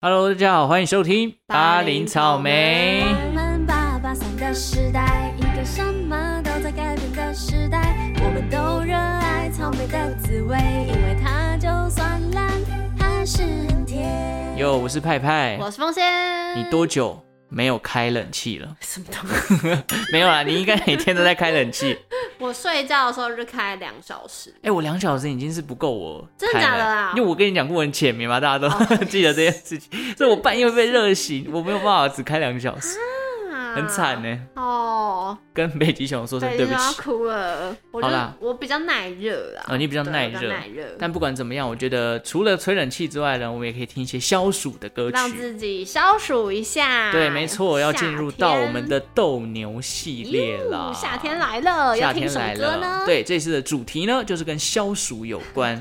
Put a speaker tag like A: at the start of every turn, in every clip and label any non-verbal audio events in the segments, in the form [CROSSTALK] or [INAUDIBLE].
A: Hello，大家好，欢迎收听
B: 巴
A: 巴
B: 林
A: 林
B: 草
A: 草
B: 莓
A: 莓。
C: 我们八八三的时代，一个什么都在改变的时代。我们都热爱草莓的滋味，因为它就算烂，还是很甜。
A: 哟，我是派派。
B: 我是风仙。？
A: 你多久没有开冷气了
B: [LAUGHS]
A: [LAUGHS]
B: 什么东西？
A: 没有啦，你应该每天都在开冷气。 [LAUGHS]
B: 我睡觉的时候就开两小时，
A: 哎、我两小时已经是不够我
B: 真的
A: 开了
B: 假的啊哦
A: 因为我跟你讲过我很浅眠嘛，大家都、 [LAUGHS] 记得这件事情，所以我半夜会被热醒，我没有办法只开两个小时，
B: 啊
A: 很惨呢、
B: 哦，
A: 跟北极熊说声
B: 对，
A: 对
B: 就
A: 不
B: 要
A: 起。
B: 哭了。我就
A: 好啦
B: 我比较耐热啊啦。
A: [LAUGHS] 哦，你比较
B: 对
A: 耐
B: 我比
A: 热，
B: 较耐热，
A: 但不管怎么样，我觉得除了吹冷气之外呢，我们也可以听一些消暑的歌曲，
B: 让自己消暑一下。
A: 对，没错，要进入到
B: 啊夏天
A: 我们的斗牛系列啦。
B: 哟夏天来了，要
A: 夏
B: 听
A: 天
B: 什
A: 来
B: 么歌呢
A: 了，？对，这次的主题呢，就是跟消暑有
B: [LAUGHS]
A: 关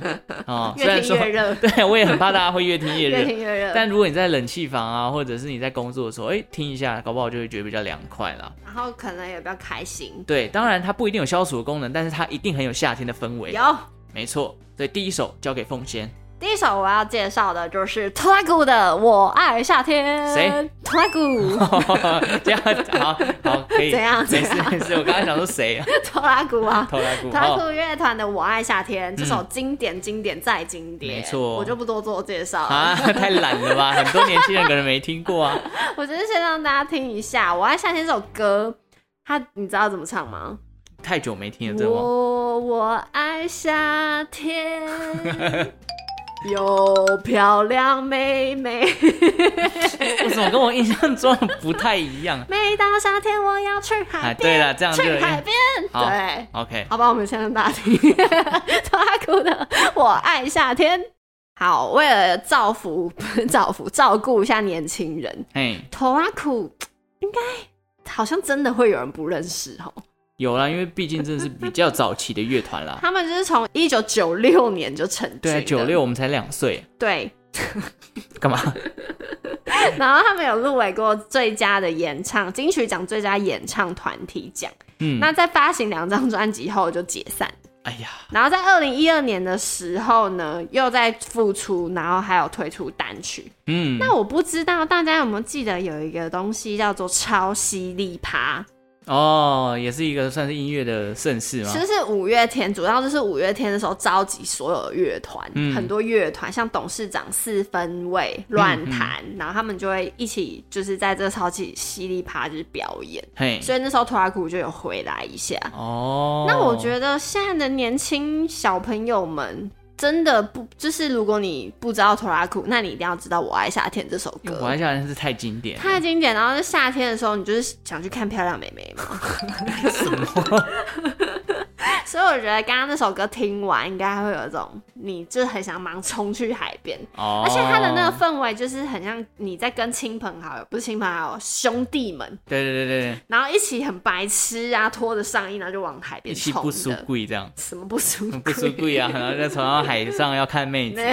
A: 哦。虽
B: 越
A: 然
B: 听
A: 说，
B: 越，
A: [LAUGHS]
B: 热
A: 对我也很怕大家会越听越
B: 越
A: 热，
B: 听越热。
A: 但如果你在冷气房啊，或者是你在工作的时候，哎，听一下，搞不好就会觉得比较凉快啦。
B: 然后可能也比较开心。
A: 对，当然它不一定有消暑的功能，但是它一定很有夏天的氛围。
B: 有
A: 没错，所以第一首交给凤仙， [LAUGHS]
B: 第一首我要介绍的就是拖拉古的《我爱夏天》。
A: 谁？
B: 拖拉古。
A: [LAUGHS]
B: [LAUGHS]
A: 这样好好可以，
B: 怎样
A: 没
B: 怎
A: 事
B: 样
A: 没事，我刚才想说谁啊？
B: 拖拉古啊，
A: 偷来鼓
B: 拖拉
A: 哦
B: 古乐团的《我爱夏天》这首经典、经典再经典，
A: 没错
B: 我就不多做介绍了，
A: 啊，太懒了
B: [LAUGHS]
A: 吧？很多年轻人可能没听过啊。
B: 我只是先让大家听一下《我爱夏天》这首歌，它你知道怎么唱吗？
A: 太久没听了，真的吗？
B: 我我爱夏
A: [LAUGHS]
B: 天，有漂亮妹妹，
A: 为什么跟我印象中不太一样
B: 每到夏天我要去海
A: 啊？
B: 边，
A: 对了，这样就哎
B: 去海边，
A: 好
B: 对。
A: OK。
B: 好吧，我们先让大家 [LAUGHS] 听拖拉库的《我爱夏天》。好，为了造福 [LAUGHS] 不是造福照顾一下年轻人，
A: 嘿，
B: 拖拉库应该好像真的会有人不认识哦。
A: 有啦，因为毕竟真的是比较早期的乐团
B: [LAUGHS]
A: 啦。
B: 他们就是从一九九六年就成军，
A: 对啊，九六我们才两岁，
B: 对，
A: 干
B: [LAUGHS]
A: 嘛？
B: 然后他们有入围过最佳的演唱金曲奖最佳演唱团体奖。
A: 嗯，
B: 那在发行两张专辑后就解散。
A: 哎呀，
B: 然后在二零一二年的时候呢，又在复出，然后还有推出单曲。
A: 嗯，
B: 那我不知道大家有没有记得有一个东西叫做超犀利趴，
A: 哦，也是一个算是音乐的盛世吗
B: 其？实是五月天，主要就是五月天的时候召集所有的乐团，
A: 嗯
B: 很多乐团像董事长四分位乱弹，
A: 嗯
B: 然后他们就会一起就是在这个超级犀利趴就是表演，
A: 嘿，
B: 所以那时候拖拉鼓就有回来一下。
A: 嗯哦，
B: 那我觉得现在的年轻小朋友们。真的不，就是如果你不知道拖拉库，那你一定要知道《我爱夏天》这首
A: 因
B: 歌。
A: 为我还想是太经典了，
B: 太经典，然后是夏天的时候，你就是想去看漂亮妹
A: [LAUGHS]
B: 妹嘛。所以我觉得刚刚那首歌听完，应该会有一种你就是很想忙冲去海边，
A: 哦，
B: 而且它的那个氛围就是很像你在跟亲朋好友，不是亲朋好友，兄弟们，
A: 对对对对
B: 然后一起很白痴啊，脱着上衣，然后就往海
A: 对，一
B: 边
A: 起
B: 冲
A: 不输
B: 的。
A: 贵这样，
B: 什么不输
A: [LAUGHS] 不输贵啊，然后在船上海上要看妹子，
B: [LAUGHS] 对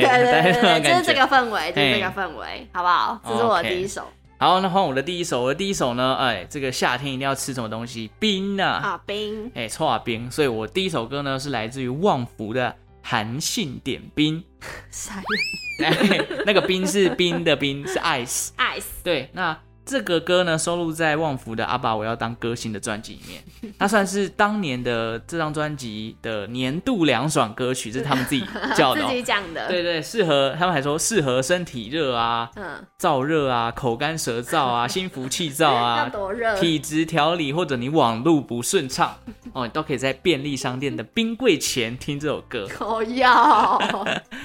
A: [LAUGHS]
B: 对
A: 对那种
B: 对对，就
A: 感
B: 是这
A: 觉
B: 个氛围，就是这
A: 嘿
B: 个氛围，好不好？这是我的
A: OK
B: 第一首
A: 好，那换我的第一首，我的第一首呢，哎，这个夏天一定要吃什么东西？冰啊，
B: 啊，冰
A: 哎、搓冰。所以我第一首歌呢是来自于旺福的《韩信点冰》 [LAUGHS]
B: 傻眼
A: 哎，那个冰是冰的冰，是 ice。
B: ，ice
A: 对，那这个歌呢收录在旺福的《阿爸我要当歌星》的专辑里面，它算是当年的这张专辑的年度凉爽歌曲，这是他们自己叫的、
B: [LAUGHS] 自己
A: 哦。
B: 讲的，
A: 对对，适合他们还说适合身体热啊、
B: 嗯，
A: 燥热啊、口干舌燥啊、心浮气躁
B: 要 [LAUGHS]
A: 啊、
B: 多热，
A: 体质调理或者你网路不顺畅
B: [LAUGHS]
A: 哦，你都可以在便利商店的冰柜前听这首歌。
B: [LAUGHS] 哦要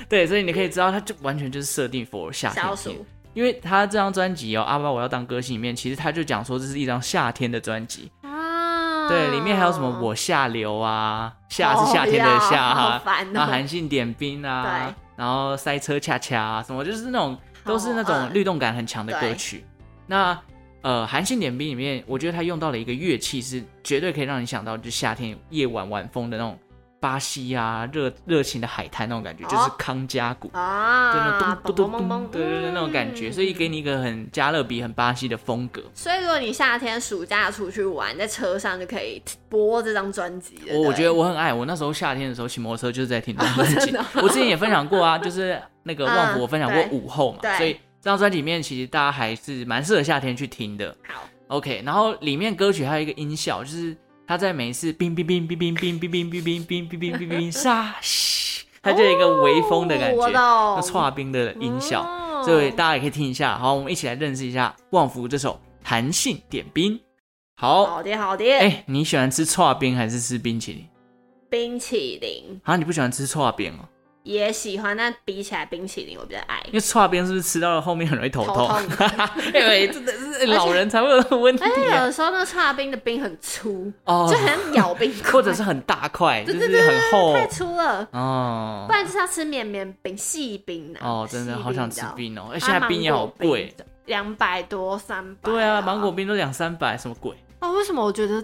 A: 对，所以你可以知道，它就完全就是设定 for 夏天
B: 消
A: 听
B: 暑，
A: 因为他这张专辑哦，《阿爸我要当歌星》里面，其实他就讲说这是一张夏天的专辑，
B: 啊
A: 对，里面还有什么我下流啊，夏是夏天的夏
B: 哦要
A: 啊
B: 好，烦哦
A: 然后韩信点冰啊
B: 对，
A: 然后塞车恰恰啊，什么就是那种
B: 好
A: 都是那种
B: 嗯
A: 律动感很强的歌
B: 对
A: 曲。那呃，韩信点冰里面，我觉得他用到了一个乐器，是绝对可以让你想到就是夏天夜晚晚风的那种巴西啊，热热情的海滩那种感觉，就是
B: 哦
A: 康佳鼓。对，那
B: 啊
A: 种，咚咚咚
B: 嘣
A: 咚，对对对，那种感觉，所以给。
B: 嗯
A: 你一个很加勒比、很巴西的风格。
B: 所以如果你夏天暑假出去玩，在车上就可以播这张专辑了。
A: 我我
B: 对
A: 觉得我很爱，我那时候夏天的时候骑摩托车
B: [LAUGHS]
A: 就是在听这张
B: 哦
A: 专辑
B: 真的哦。
A: 我之前也分享过啊，就是那个旺
B: 嗯
A: 福，我分享过
B: 对
A: 午后嘛，
B: 对
A: 所以这张专辑里面其实大家还是蛮适合夏天去听的。
B: 好
A: ，OK，然后里面歌曲还有一个音效，就是他在每一次冰冰冰冰冰冰冰冰冰冰冰冰冰冰冰
B: [LAUGHS]
A: 沙，嘘，它就有一个微风的感
B: 哦我
A: 觉，
B: 懂
A: 那唰冰的音效，
B: 哦
A: 所以大家也可以听一下。好，我们一起来认识一下《旺福》这首《弹性点冰》。好，
B: 好的好的，
A: 哎，你喜欢吃唰冰还是吃冰淇淋？
B: 冰淇淋
A: 啊，你不喜欢吃唰冰哦？
B: 也喜欢，但比起来冰淇淋我比较爱。
A: 因为串边是不是吃到了后面很容易头
B: 头
A: 痛？ [LAUGHS]
B: 痛
A: 对，真的是哎老人才会有的问题
B: 而且哎有
A: 啊、
B: 的时候那差冰的冰很粗，
A: 哦
B: 就，很咬冰块，
A: [LAUGHS] 或者是很大块，就
B: 对
A: 是
B: 对对
A: 很厚
B: 太粗了，
A: 哦
B: 不。然就是要吃绵绵冰、细冰啊。
A: 哦，真的
B: 细
A: 好想吃
B: 比较
A: 冰哦！而且现在冰也好贵，，
B: 两百多、三百。
A: 对啊，芒果。冰都两三百，什么鬼？
B: 哦，为什么我觉得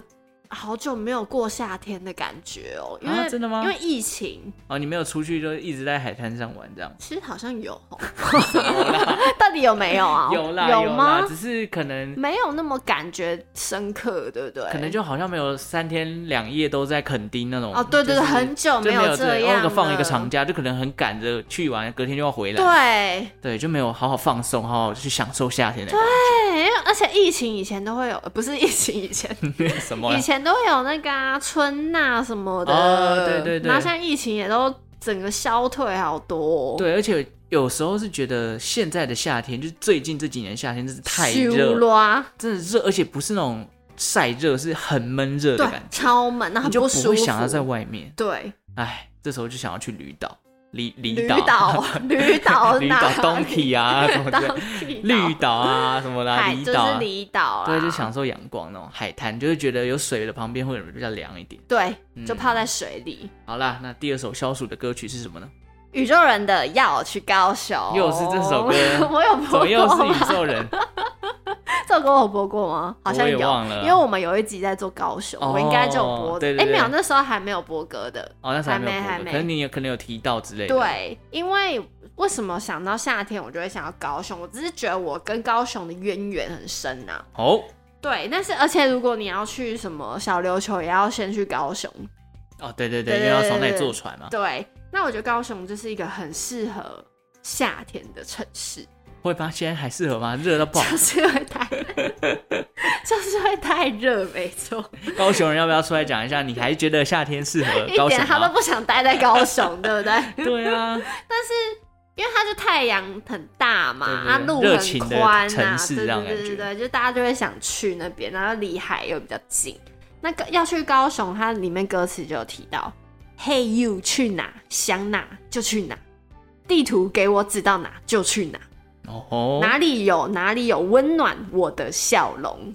B: 好久没有过夏天的感觉哦？因为、
A: 啊真的吗
B: 因为疫情，
A: 哦，你没有出去就一直在海滩上玩这样？
B: 其实好像有
A: [LAUGHS]
B: 哦，到底有没有啊？
A: 有啦
B: 有
A: 啦
B: 吗，？
A: 只是可能
B: 没有那么感觉深刻，对不对？
A: 可能就好像没有三天两夜都在垦丁那种
B: 哦，对对
A: 就
B: 对，
A: 是
B: 很久
A: 就
B: 没
A: 没有
B: 这
A: 对
B: 样
A: 偶尔放一个
B: 了
A: 长假，就可能很赶着去玩，隔天就要回来。
B: 对
A: 对，就没有好好放松，好好去享受夏天的感
B: 对，而且疫情以前都会有， [LAUGHS] 呃不是疫情以前，
A: 觉。 [LAUGHS] 什么啦啊
B: 以？前都会有那个、啊、春呐什么的，
A: 哦对对对
B: 然后现在疫情也都整个消退好多、哦，，
A: 对，而且有时候是觉得现在的夏天，就是最近这几年的夏天，真是太热了，
B: 啦，
A: 真的热，而且不是那种晒热，是很闷热
B: 对
A: 的感，觉，
B: 超闷，然后
A: 你
B: 很
A: 就不
B: 舒服。
A: 会想要在外面。
B: 对，
A: 哎，这时候就想要去离岛，离
B: 绿
A: 离岛、
B: 岛， [LAUGHS] 绿岛，
A: 离岛、东
B: 体
A: 体啊什么的， [LAUGHS]
B: [LAUGHS]
A: 绿
B: 绿
A: 岛啊什么的，
B: 海
A: 离
B: 就
A: 岛
B: 是
A: 啊，
B: 离岛啦，
A: 对，就享受阳光那种海滩，就是觉得有水的旁边会比较凉一点。
B: 对，就
A: 嗯
B: 泡在水里。
A: 好啦，那第二首消暑的歌曲是什么呢？
B: 宇宙人的要去高雄，
A: 又是这首歌
B: [LAUGHS] 我有
A: 怎
B: 播
A: 么又
B: 过
A: 是宇
B: 吗？
A: 宙人？
B: 这首歌我有播过吗？好像
A: 我也
B: 有，
A: 忘了
B: 因为我们有一集在做高雄，
A: 哦
B: 我应该就有播的。
A: 对对
B: 诶没有，
A: 对
B: 那时候还没有播歌的。
A: 哦，那时候还没有
B: 还
A: 播
B: 没
A: 歌，
B: 还
A: 可能
B: 没
A: 你有可能有提到之类的。，
B: 对，因为为什么想到夏天，我就会想到高雄？我只是觉得我跟高雄的渊源很深啊。
A: 哦
B: 对，但是而且如果你要去什么小琉球，也要先去高雄。
A: 哦，对对
B: 对
A: 对，因为要从那里坐船嘛，
B: 对，那我觉得高雄就是一个很适合夏天的城市，
A: 会吗？现在还适合吗？热到
B: [LAUGHS]
A: 爆，
B: 就是会太，就是会太热，没错。
A: 高雄人要不要出来讲一下？你还觉得夏天适合
B: [LAUGHS] 一
A: 高雄
B: 点他都
A: 吗？
B: 不想待在高雄，对不
A: [LAUGHS]
B: 对？
A: 对啊，
B: 因为它就太阳很大嘛，
A: 对对对
B: 啊路
A: 热
B: 很
A: 情的
B: 宽啊
A: 城，市
B: 对
A: 这
B: 对
A: 样
B: 对
A: 感
B: 对
A: 觉
B: 对，就大家就会想去那边，然后离海又比较近。那个要去高雄，它里面歌词就有提到，Hey you 去哪想哪就去哪，地图给我指到哪就去哪，
A: 哦，
B: 哪里有哪里有温暖我的笑容。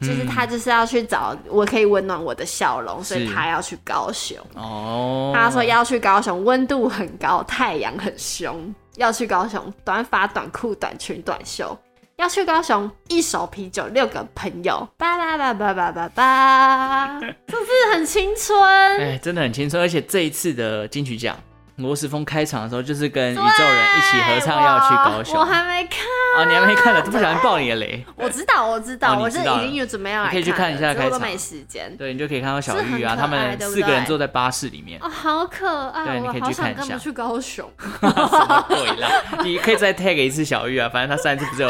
B: 就是
A: 嗯
B: 他，就是要去找我可以温暖我的笑容，所以
A: 是
B: 他要去高雄。
A: 哦，
B: 他说要去高雄，温度很高，太阳很凶，要去高雄，短发、短裤、短裙、短袖。要去高雄，一手啤酒，六个朋友，叭叭叭叭叭叭叭，是不是很青春？
A: 哎，真的很轻松，而且这一次的金曲奖。罗时峰开场的时候，就是跟宇宙人一起合唱《要去高
B: 对
A: 雄
B: 我》还没看，
A: 啊！你还没看呢，都不小心爆你的雷，
B: 我知道，我知道，
A: 哦
B: 我
A: 你
B: 这
A: 知道
B: 已经有准备要来
A: 你可以去看一下
B: 了只是我都
A: 开场
B: 没时间。
A: 对你就可以看到小
B: 是很
A: 玉啊，
B: 可
A: 他们
B: 爱对不
A: 四个人
B: 对
A: 坐在巴士里面， [LAUGHS]
B: 哦，好可爱！
A: 对你
B: 我
A: 可以
B: 好
A: 去看
B: 想
A: 一
B: 跟他
A: 下
B: 们去高雄，哎
A: 什么鬼啦？你可以再 tag 一次小玉啊，反正他上一次不是有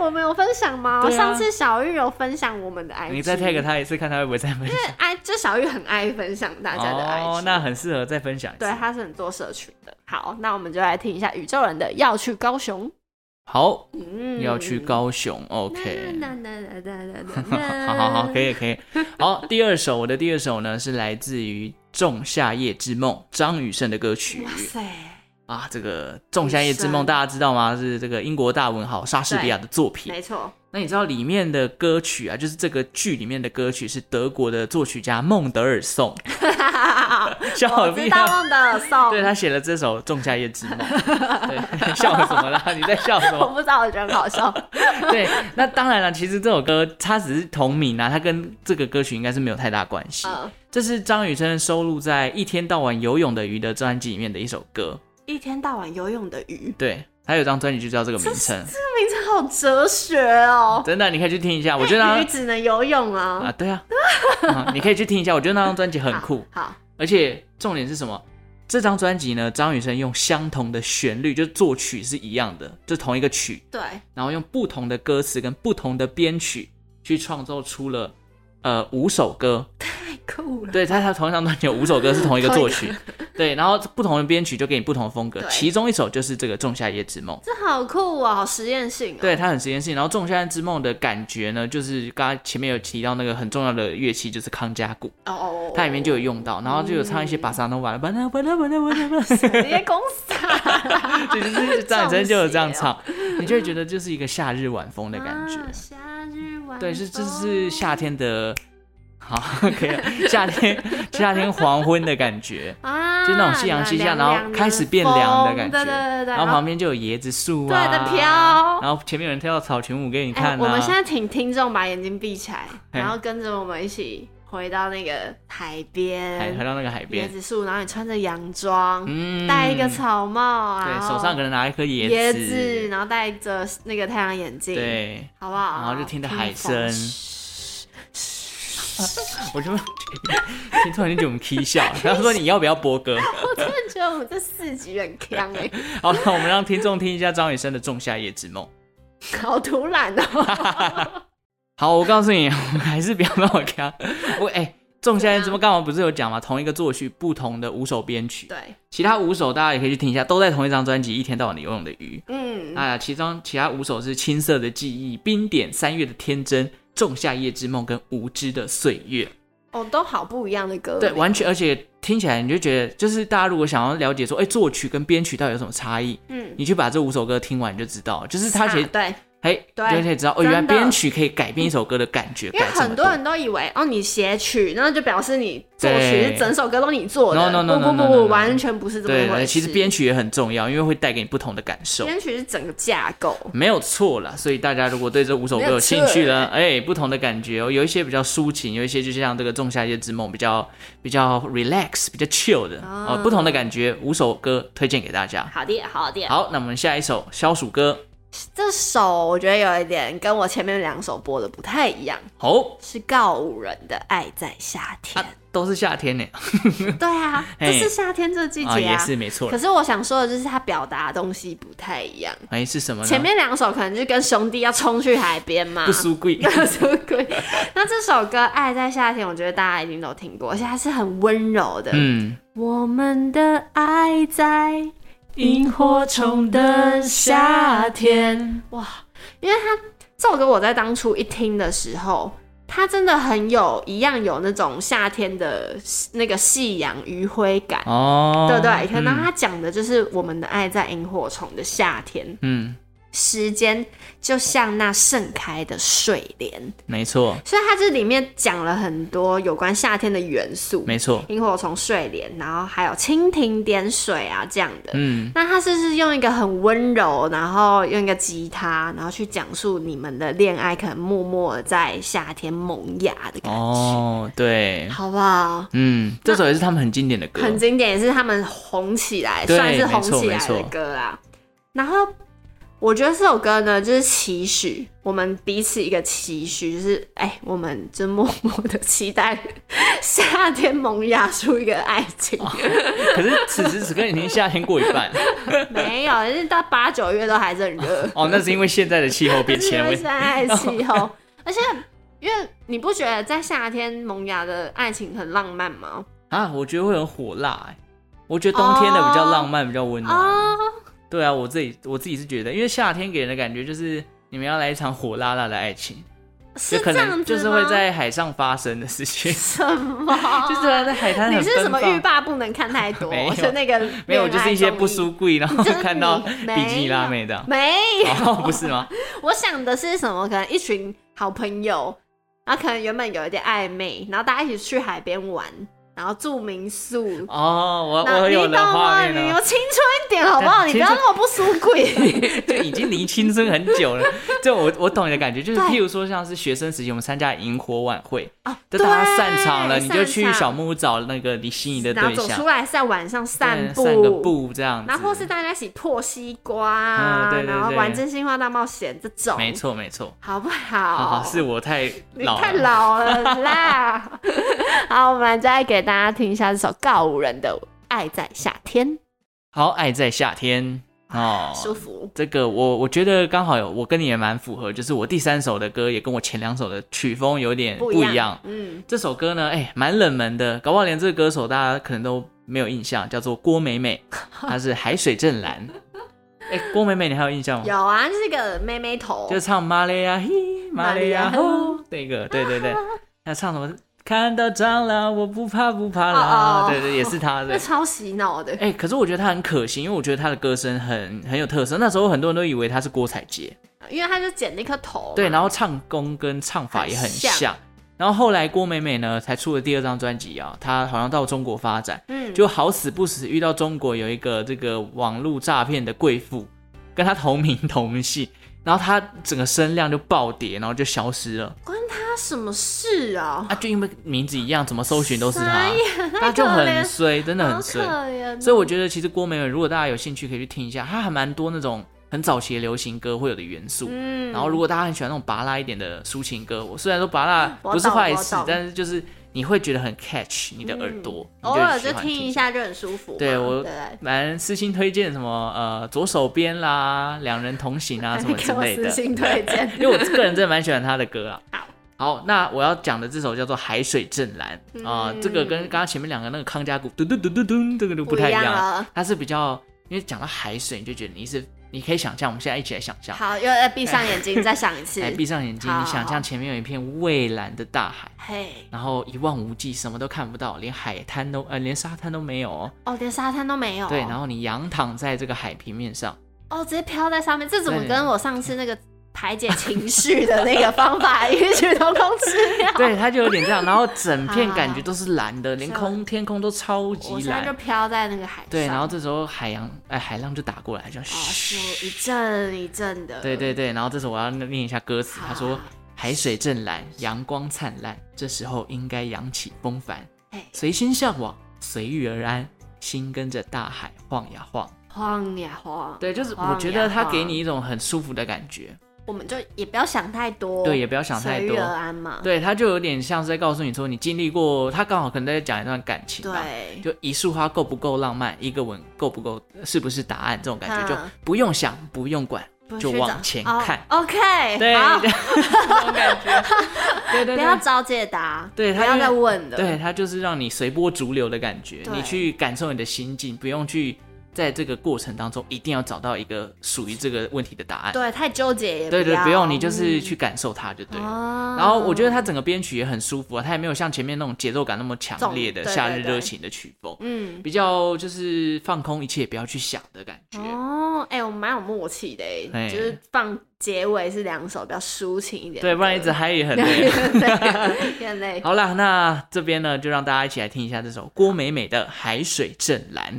B: 我们有分享吗？
A: 对啊
B: 上次小玉有分享我们的 IG，
A: 你再 tag 他一次，看他会不会再分享。
B: 爱，就小玉很爱分享大家的 IG，、
A: 哦，那很适合再分享一次。
B: 对，他是很做社群的。好，那我们就来听一下宇宙人的要去高雄，
A: 好，
B: 嗯，
A: 要去高雄、o k
B: 那那那那那
A: 好好好，可以可以。 [LAUGHS] 好，第二首我的第二首呢是来自于《仲夏夜之梦》张雨生的歌曲 [LAUGHS]
B: 哇塞，
A: 啊。这个《仲夏夜之
B: 雨
A: 梦
B: 生》
A: 大家知道吗？是这个英国大文豪莎士比亚的作品。
B: 没
A: [LAUGHS]
B: 错，
A: 那你知道里面的歌曲啊，就是这个剧里面的歌曲是德国的作曲家孟德尔颂，小
B: 我
A: 屁
B: 知
A: 啊
B: 道梦
A: [LAUGHS]
B: 的送，
A: 对他写了这首《仲夏夜之梦》，对， [LAUGHS] 笑什么啦？你在笑什
B: [LAUGHS] 我
A: 么？
B: 不知道，我觉得很
A: [LAUGHS]
B: 好笑。
A: 对，那当然了，其实这首歌它只是同名啊，它跟这个歌曲应该是没有太大关系。
B: 嗯，
A: 这是张雨生收录在《一天到晚游泳的鱼》的专辑里面的一首歌，
B: 一天到晚游泳的鱼，
A: 对，他有张专辑就叫这个名称，
B: 这个名字好哲学哦。
A: 真的，哎你可以去听一下。我觉得那
B: 鱼只能游泳啊
A: 啊，。 [LAUGHS] 对啊，啊你可以去听一下，我觉得那张专辑很酷，
B: 好，
A: 而且重点是什么？这张专辑呢，张雨生用相同的旋律，就是作曲是一样的，就同一个曲，
B: 对，
A: 然后用不同的歌词跟不同的编曲去创作出了呃五首歌。
B: 太酷了。
A: 对，他他同一张专辑有五首歌是同一个
B: 同一
A: 作
B: 个
A: 曲，对，然后不同的编曲就给你不同的风格，
B: 对
A: 其中一首就是这个《仲夏夜之梦》。
B: 这好酷哦，好实验性哦。
A: 对，它很实验性。然后《仲夏夜之梦》的感觉呢，就是刚刚前面有提到那个很重要的乐器，就是康佳鼓，
B: 哦，哦，
A: 它里面就有用到，然后就有唱一些巴萨诺瓦，巴拉巴拉巴拉巴拉巴拉，
B: [LAUGHS] 直接公司啊
A: 对，就是张雨生就有这样唱，你就会觉得就是一个夏日晚风的感觉。
B: 啊夏日晚
A: 对，是这
B: 风
A: 是夏天的，好， [LAUGHS] 可以了，啊夏天
B: [LAUGHS]
A: 夏天黄昏的感觉。
B: 啊，
A: 就那种夕阳西下，
B: 凉
A: 然
B: 凉
A: 后
B: 的
A: 开始变凉的
B: 风
A: 感觉，
B: 对对对对，
A: 然后旁边就有椰子树啊，
B: 对的飘
A: 然后前面有人跳草裙舞给你看、啊
B: 哎，我们现在请听众把眼睛闭起来，
A: 嘿
B: 然后跟着我们一起回到那个海
A: 还还
B: 边
A: 到那个海
B: 椰
A: 边，
B: 子树，然后你穿着洋装，
A: 嗯
B: 戴一个草帽，
A: 对
B: 然后
A: 手上可能拿一颗椰
B: 椰子，然后戴着那个太阳眼镜，，
A: 对，
B: 好不好？
A: 然后就听着海
B: 风
A: 声
B: 嘘 [LAUGHS]
A: 我就 [LAUGHS] 听突然间觉得我们 k 笑，然后说 [LAUGHS] 你要不要播歌？
B: 我真的觉得我们这四集很坑哎，
A: 好了，我们让听众听一下张雨生的《仲夏夜之梦》。
B: 好突然
A: [LAUGHS]
B: 哦，
A: 好，我告诉你，我 [LAUGHS] 还是不要那么看。 [LAUGHS] 我哎，仲夏夜之梦》刚好不是有讲嘛，同一个作曲，不同的五首编曲，
B: 对，
A: 其他五首大家也可以去听一下，都在同一张专辑《一天到晚的游泳的鱼》。
B: 嗯，
A: 啊，其中其他五首是《青涩的记忆》、《冰点三月的天真》、《仲夏夜之梦》跟《无知的岁月》。
B: 哦，都好不一样的歌，欸
A: 对，完全，而且听起来你就觉得，就是大家如果想要了解说，哎、作曲跟编曲到底有什么差异，
B: 嗯，
A: 你去把这五首歌听完就知道了，就是他写
B: 啊，对。
A: 哎、
B: 对
A: 就可以知道哦，原来
B: 真的
A: 编曲可以改变一首歌的感觉，
B: 因为
A: 改这么
B: 很多人都以为哦，你写曲，那就表示你作曲
A: 对
B: 是整首歌都你做的。
A: No, no, no,
B: 不
A: no, no,
B: 不不
A: no, no, no.
B: 不，完全不是这么
A: 对，
B: 一
A: 呃
B: 回事。
A: 其实编曲也很重要，因为会带给你不同的感受。
B: 编曲是整个架构。
A: 没有错啦，所以大家如果对这五首歌有兴趣呢，哎、不同的感觉哦，有一些比较抒情，有一些就像这个《仲夏夜之梦》比较比较 relax、比较 chill 的
B: 啊
A: 哦、不同的感觉，五首歌推荐给大家。
B: 好的，好的。
A: 好，那我们下一首消暑歌，
B: 这首我觉得有一点跟我前面两首播的不太一样，
A: 哦，
B: 是告五人的《爱在夏天
A: 啊》。都是夏天呢，
B: 对啊，这
A: 嘿啊
B: 是夏天这季节啊
A: 也是没错
B: 可。是我想说的就是，它表达的东西不太一样。
A: 哎、是什么呢？
B: 前面啊两首可能就跟兄弟要冲去海边嘛，
A: 不输
B: [LAUGHS]
A: 贵，
B: 那什么鬼？那这首歌《爱在夏天》，我觉得大家一定都听过，而且它是很温柔的。
A: 嗯，
B: 我们的爱在萤火虫的夏
A: 天，
B: 哇，因为它这首歌我在当初一听的时候，它真的很有一样有那种夏天的那个夕阳余晖感，
A: 哦，
B: 对不对？可能
A: 嗯
B: 它讲的就是我们的爱在萤火虫的夏天，
A: 嗯，
B: 时间就像那盛开的睡莲。
A: 没错，
B: 所以它这里面讲了很多有关夏天的元素，
A: 没错，
B: 萤火虫、睡莲，然后还有蜻蜓点水啊这样的。
A: 嗯，
B: 那它是不是用一个很温柔，然后用一个吉他，然后去讲述你们的恋爱，可能默默地在夏天萌芽的感觉，
A: 哦，对，
B: 好不好？
A: 嗯，这首也是他们很经典的歌，
B: 很经典，也是他们红起来，
A: 对
B: 算是红
A: 没错
B: 起来
A: 没
B: 的
A: 错
B: 歌啦。然后我觉得这首歌呢，就是期许我们彼此一个期许，就是哎，我们就默默的期待夏天萌芽出一个爱情。
A: [LAUGHS] 可是此时此刻已经夏天过一
B: [LAUGHS]
A: 半
B: 没有，就是到八九月都还是很
A: [LAUGHS]
B: 热，
A: 哦，那是因为现在的气候变
B: 就是
A: 迁
B: [LAUGHS] 因为
A: 问题。
B: 现在爱气候，
A: [LAUGHS]
B: 而且因为你不觉得在夏天萌芽的爱情很浪漫吗？
A: 啊，我觉得会很火辣、欸。我觉得冬天的比较浪漫，比较温暖。
B: 哦，
A: 对啊，我自己我自己是觉得，因为夏天给人的感觉就是你们要来一场火辣辣的爱情，就是可
B: 这样子
A: 能
B: 吗？
A: 就是会在海上发生的事
B: [LAUGHS]
A: 情，
B: 什么？
A: [LAUGHS] 就是在海滩
B: 哦你
A: 很
B: 是什
A: 奔
B: 么欲
A: 放。
B: 罢不能看太
A: [LAUGHS]
B: 多
A: 没有？
B: 是那个
A: 没有，
B: 恋爱
A: 就是一些
B: 综
A: 不
B: 艺
A: 输贵，然后
B: 就是你
A: 看到比基尼辣妹的，
B: [LAUGHS] 没有，
A: 哦，不是吗？
B: 我想的是什么？可能一群好朋友，然后可能原本有一点暧昧，然后大家一起去海边玩，然后住民宿。
A: 哦，我
B: 那
A: 我
B: 你
A: 有
B: 懂
A: 了画
B: 吗？
A: 面
B: 你
A: 了
B: 有。青春一点好不好？
A: 对
B: 你不要
A: 青春
B: 那么不输鬼。
A: 就已经离青春很久
B: [LAUGHS]
A: 了。就我我懂你的感觉，就是
B: 对
A: 譬如说像是学生时期，我们参加萤火晚会，
B: 哦
A: 就大家散场了，
B: 对
A: 你就去
B: 散
A: 小
B: 场
A: 木屋找那个 [LAUGHS] 你心仪的
B: 然后
A: 对
B: 走
A: 象
B: 出，来是在晚上散
A: 对
B: 步，
A: 散个步这样子。
B: 然后或是大家一起破西瓜啊，
A: 嗯对对
B: 然后
A: 对
B: 玩真心话大冒险这种，
A: 没，错没错，
B: 好不
A: 好好是我太
B: 你
A: 老
B: 太
A: 了。 [LAUGHS]
B: 老了啦！好，我们再给大家听一下这首告五人的《爱在夏天
A: 哦好，爱在夏天哦，
B: 舒服。
A: 这个我我觉得刚好有，我跟你也蛮符合，就是我第三首的歌也跟我前两首的曲风有点不
B: 不
A: 一样。
B: 嗯，
A: 这首歌呢，哎，蛮冷门的，搞不好连这个歌手大家可能都没有印象，叫做郭美
B: [LAUGHS]
A: 美，她是海水正蓝。哎，郭美美你还有印象吗？
B: 有啊，就是个妹妹头，
A: 就是唱马里亚嘿，马里亚吼那个，对对对，那唱什么？看到蟑螂我不怕不怕
B: 哦
A: 啦，
B: 哦
A: 对对，也是她
B: 那
A: 的。
B: 超洗脑的。
A: 哎、可是我觉得她很可惜，因为我觉得她的歌声很很有特色。那时候很多人都以为她是郭采洁，
B: 因为他就剪那颗头嘛，
A: 对，然后唱功跟唱法也很像。
B: 哦很像
A: 然后后来郭美美呢，才出了第二张专辑啊，她好像到中国发展，
B: 嗯，
A: 就好死不死遇到中国有一个这个网络诈骗的贵妇，跟她同名同姓，然后她整个声量就暴跌，然后就消失了。
B: 关他什么事啊？
A: 啊，就因为名字一样，怎么搜寻都是
B: 傻
A: 她，
B: 眼
A: [LAUGHS] 她就
B: 太可
A: 很
B: 怜
A: 衰，真的
B: 好
A: 很
B: 可
A: 衰。
B: 怜哦。
A: 所以我觉得其实郭美美，如果大家有兴趣可以去听一下，她还蛮多那种很早期的流行歌会有的元素。
B: 嗯，
A: 然后如果大家很喜欢那种拔辣一点的抒情歌，我虽然说拔辣
B: 我
A: 不是
B: 懂
A: 坏
B: 我
A: 事
B: 懂，
A: 但是就是你会觉得很 catch 你的耳朵，你
B: 偶尔
A: 喜
B: 就
A: 欢
B: 听一。下就很舒服嘛。
A: 对我啊
B: 对
A: 蛮私心推荐什么呃左手边啦，两人同行
B: [LAUGHS]
A: 啊什么之
B: 给我
A: 类的。
B: 私，信推荐
A: [LAUGHS] 因为我个人真的蛮喜欢他的歌啊。
B: [LAUGHS] 好，
A: 好，那我要讲的这首叫做《海水正蓝》啊、
B: 嗯
A: 这个跟刚刚前面两个那个康佳鼓嘟嘟嘟嘟嘟这个都不太一
B: 不一样哦
A: 样啊
B: 了，
A: 它是比较因为讲到海水，你就觉得你是你可以想象，我们现在一起来想象，
B: 好，又要闭上眼睛再想一次。
A: 哎来闭上眼睛，
B: 好
A: 你想象前面有一片蔚蓝的大海，
B: 嘿，
A: 然后一望无际，什么都看不到，连海滩都呃连沙滩都没有、哦。
B: 哦，连沙滩都没有。
A: 对，然后你仰躺在这个海平面上，
B: 哦，直接飘在上面，这怎么
A: 对
B: 跟我上次那个排解情绪的那个方法异曲同工之妙？
A: [LAUGHS] 对，它就有点这样，然后整片
B: 好
A: 感觉都是蓝的，连
B: 所以
A: 空天空都超级
B: [LAUGHS] 我现在
A: 蓝
B: 就。飘在那个海上。
A: 对，然后
B: 哦，
A: 这时候海洋哎海浪就打过来，就啊
B: 是
A: 嘘。
B: 一阵一阵的。
A: 对对对，然后这时候我要念一下歌词，他说
B: 好
A: 海水正蓝，阳光灿烂，这时候应该扬起风帆
B: 嘿，
A: 随心向往，随遇而安，心跟着大海晃呀晃。
B: [LAUGHS] 晃呀晃。
A: 对，就是
B: 晃
A: 我觉
B: 呀
A: 得它给
B: 晃
A: 你，一种很舒服的感觉，
B: 我们就也不要想太多，
A: 对，也不要想太
B: 随遇
A: 多。
B: 而安嘛。
A: 对，他就有点像是在告诉你说，你经历过，他刚好可能在讲一段感情吧，
B: 对，
A: 就一束花够不够浪漫，一个吻够不够，是不是答案这种感觉，
B: 嗯
A: 就不用想，不用管，
B: 不
A: 就
B: 去
A: 往
B: 找
A: 前
B: 哦
A: 看，
B: OK，
A: 对，
B: 好
A: 这，样这种感觉，对对
B: 不要
A: 对。
B: 找解答，
A: 对
B: 不
A: 他
B: 要
A: 就
B: 再问了。
A: 对，它就是让你随波逐流的感觉，
B: 对
A: 你去感受你的心境，不用去在这个过程当中一定要找到一个属于这个问题的答案。
B: 对，太纠结也
A: 对对，
B: 要
A: 不用，你就是去感受它就对了。
B: 哦
A: 然后我觉得它整个编曲也很舒服啊，它也没有像前面那种节奏感那么强烈的
B: 重对
A: 夏日
B: 对对
A: 热情的曲风，
B: 嗯，
A: 比较就是放空一切，不要去想的感觉。
B: 哦，哎、我们蛮有默契的欸，
A: 嘿
B: 就是放结尾是两首比较抒情一点的歌，
A: 对，不然一直嗨也很累。
B: 对， [LAUGHS] 有点累。
A: 好啦，那这边呢，就让大家一起来听一下这首郭美美的《海水正蓝》。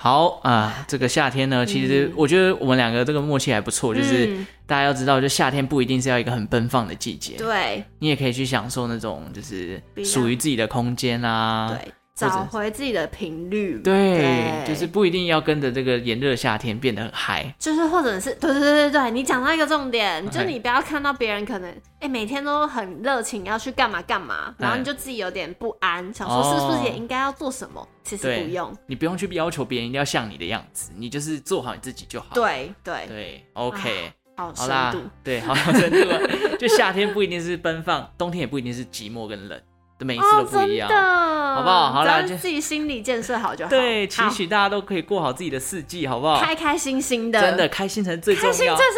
A: 好啊、这个夏天呢，其实我觉得我们两个这个默契还不错，就是
B: 嗯
A: 大家要知道，就夏天不一定是要一个很奔放的季节，
B: 对
A: 你也可以去享受那种就是
B: 比较
A: 属于自己的空间啊，
B: 对，找回自己的频率，
A: 对，
B: 对
A: 就是不一定要跟着这个炎热夏天变得很嗨。
B: 就是或者是对对对对对，你讲到一个重点，就
A: 嘿
B: 你不要看到别人可能哎、每天都很热情要去干嘛干嘛，然后
A: 哎
B: 你就自己有点不安，想说是不
A: 哦
B: 是也应该要做什么？其实
A: 对，
B: 不用，
A: 你不用去要求别人一定要像你的样子，你就是做好你自己就好。
B: 对对，
A: 对，OK，、
B: 好
A: 好
B: 深
A: 啦
B: 度，，
A: 对，好有深度啊。就夏天不一定是奔放，冬天也不一定是寂寞跟冷，每一次都
B: 哦，
A: 不
B: 真
A: 一样。
B: 的，好
A: 不好好啦
B: 只
A: 就
B: 要自己心理建设好就好。
A: 对，期
B: 好
A: 许大家都可以过好自己的四季，好不好？
B: 开开心心的，
A: 哦真的开心才是最重
B: 开心
A: 要
B: 最。重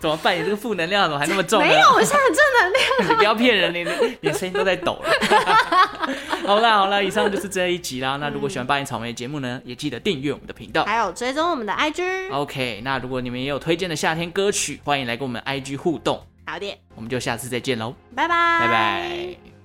A: 怎么办？你这个负能量怎么还那么重
B: 要。
A: 呢？
B: 没有，我现在很正能量。
A: [LAUGHS] 你不要骗人，你你你声音都在抖
B: [LAUGHS]
A: 了。好啦好啦，以上就是这一集啦。那如果喜
B: 嗯
A: 欢《八音草莓》的节目呢，也记得订阅我们的频道。
B: 还有追踪我们的 IG，
A: OK，那如果你们也有推荐的夏天歌曲，欢迎来跟我们 IG 互动。
B: 好的，
A: 我们就下次再见喽，
B: 拜拜，
A: 拜拜。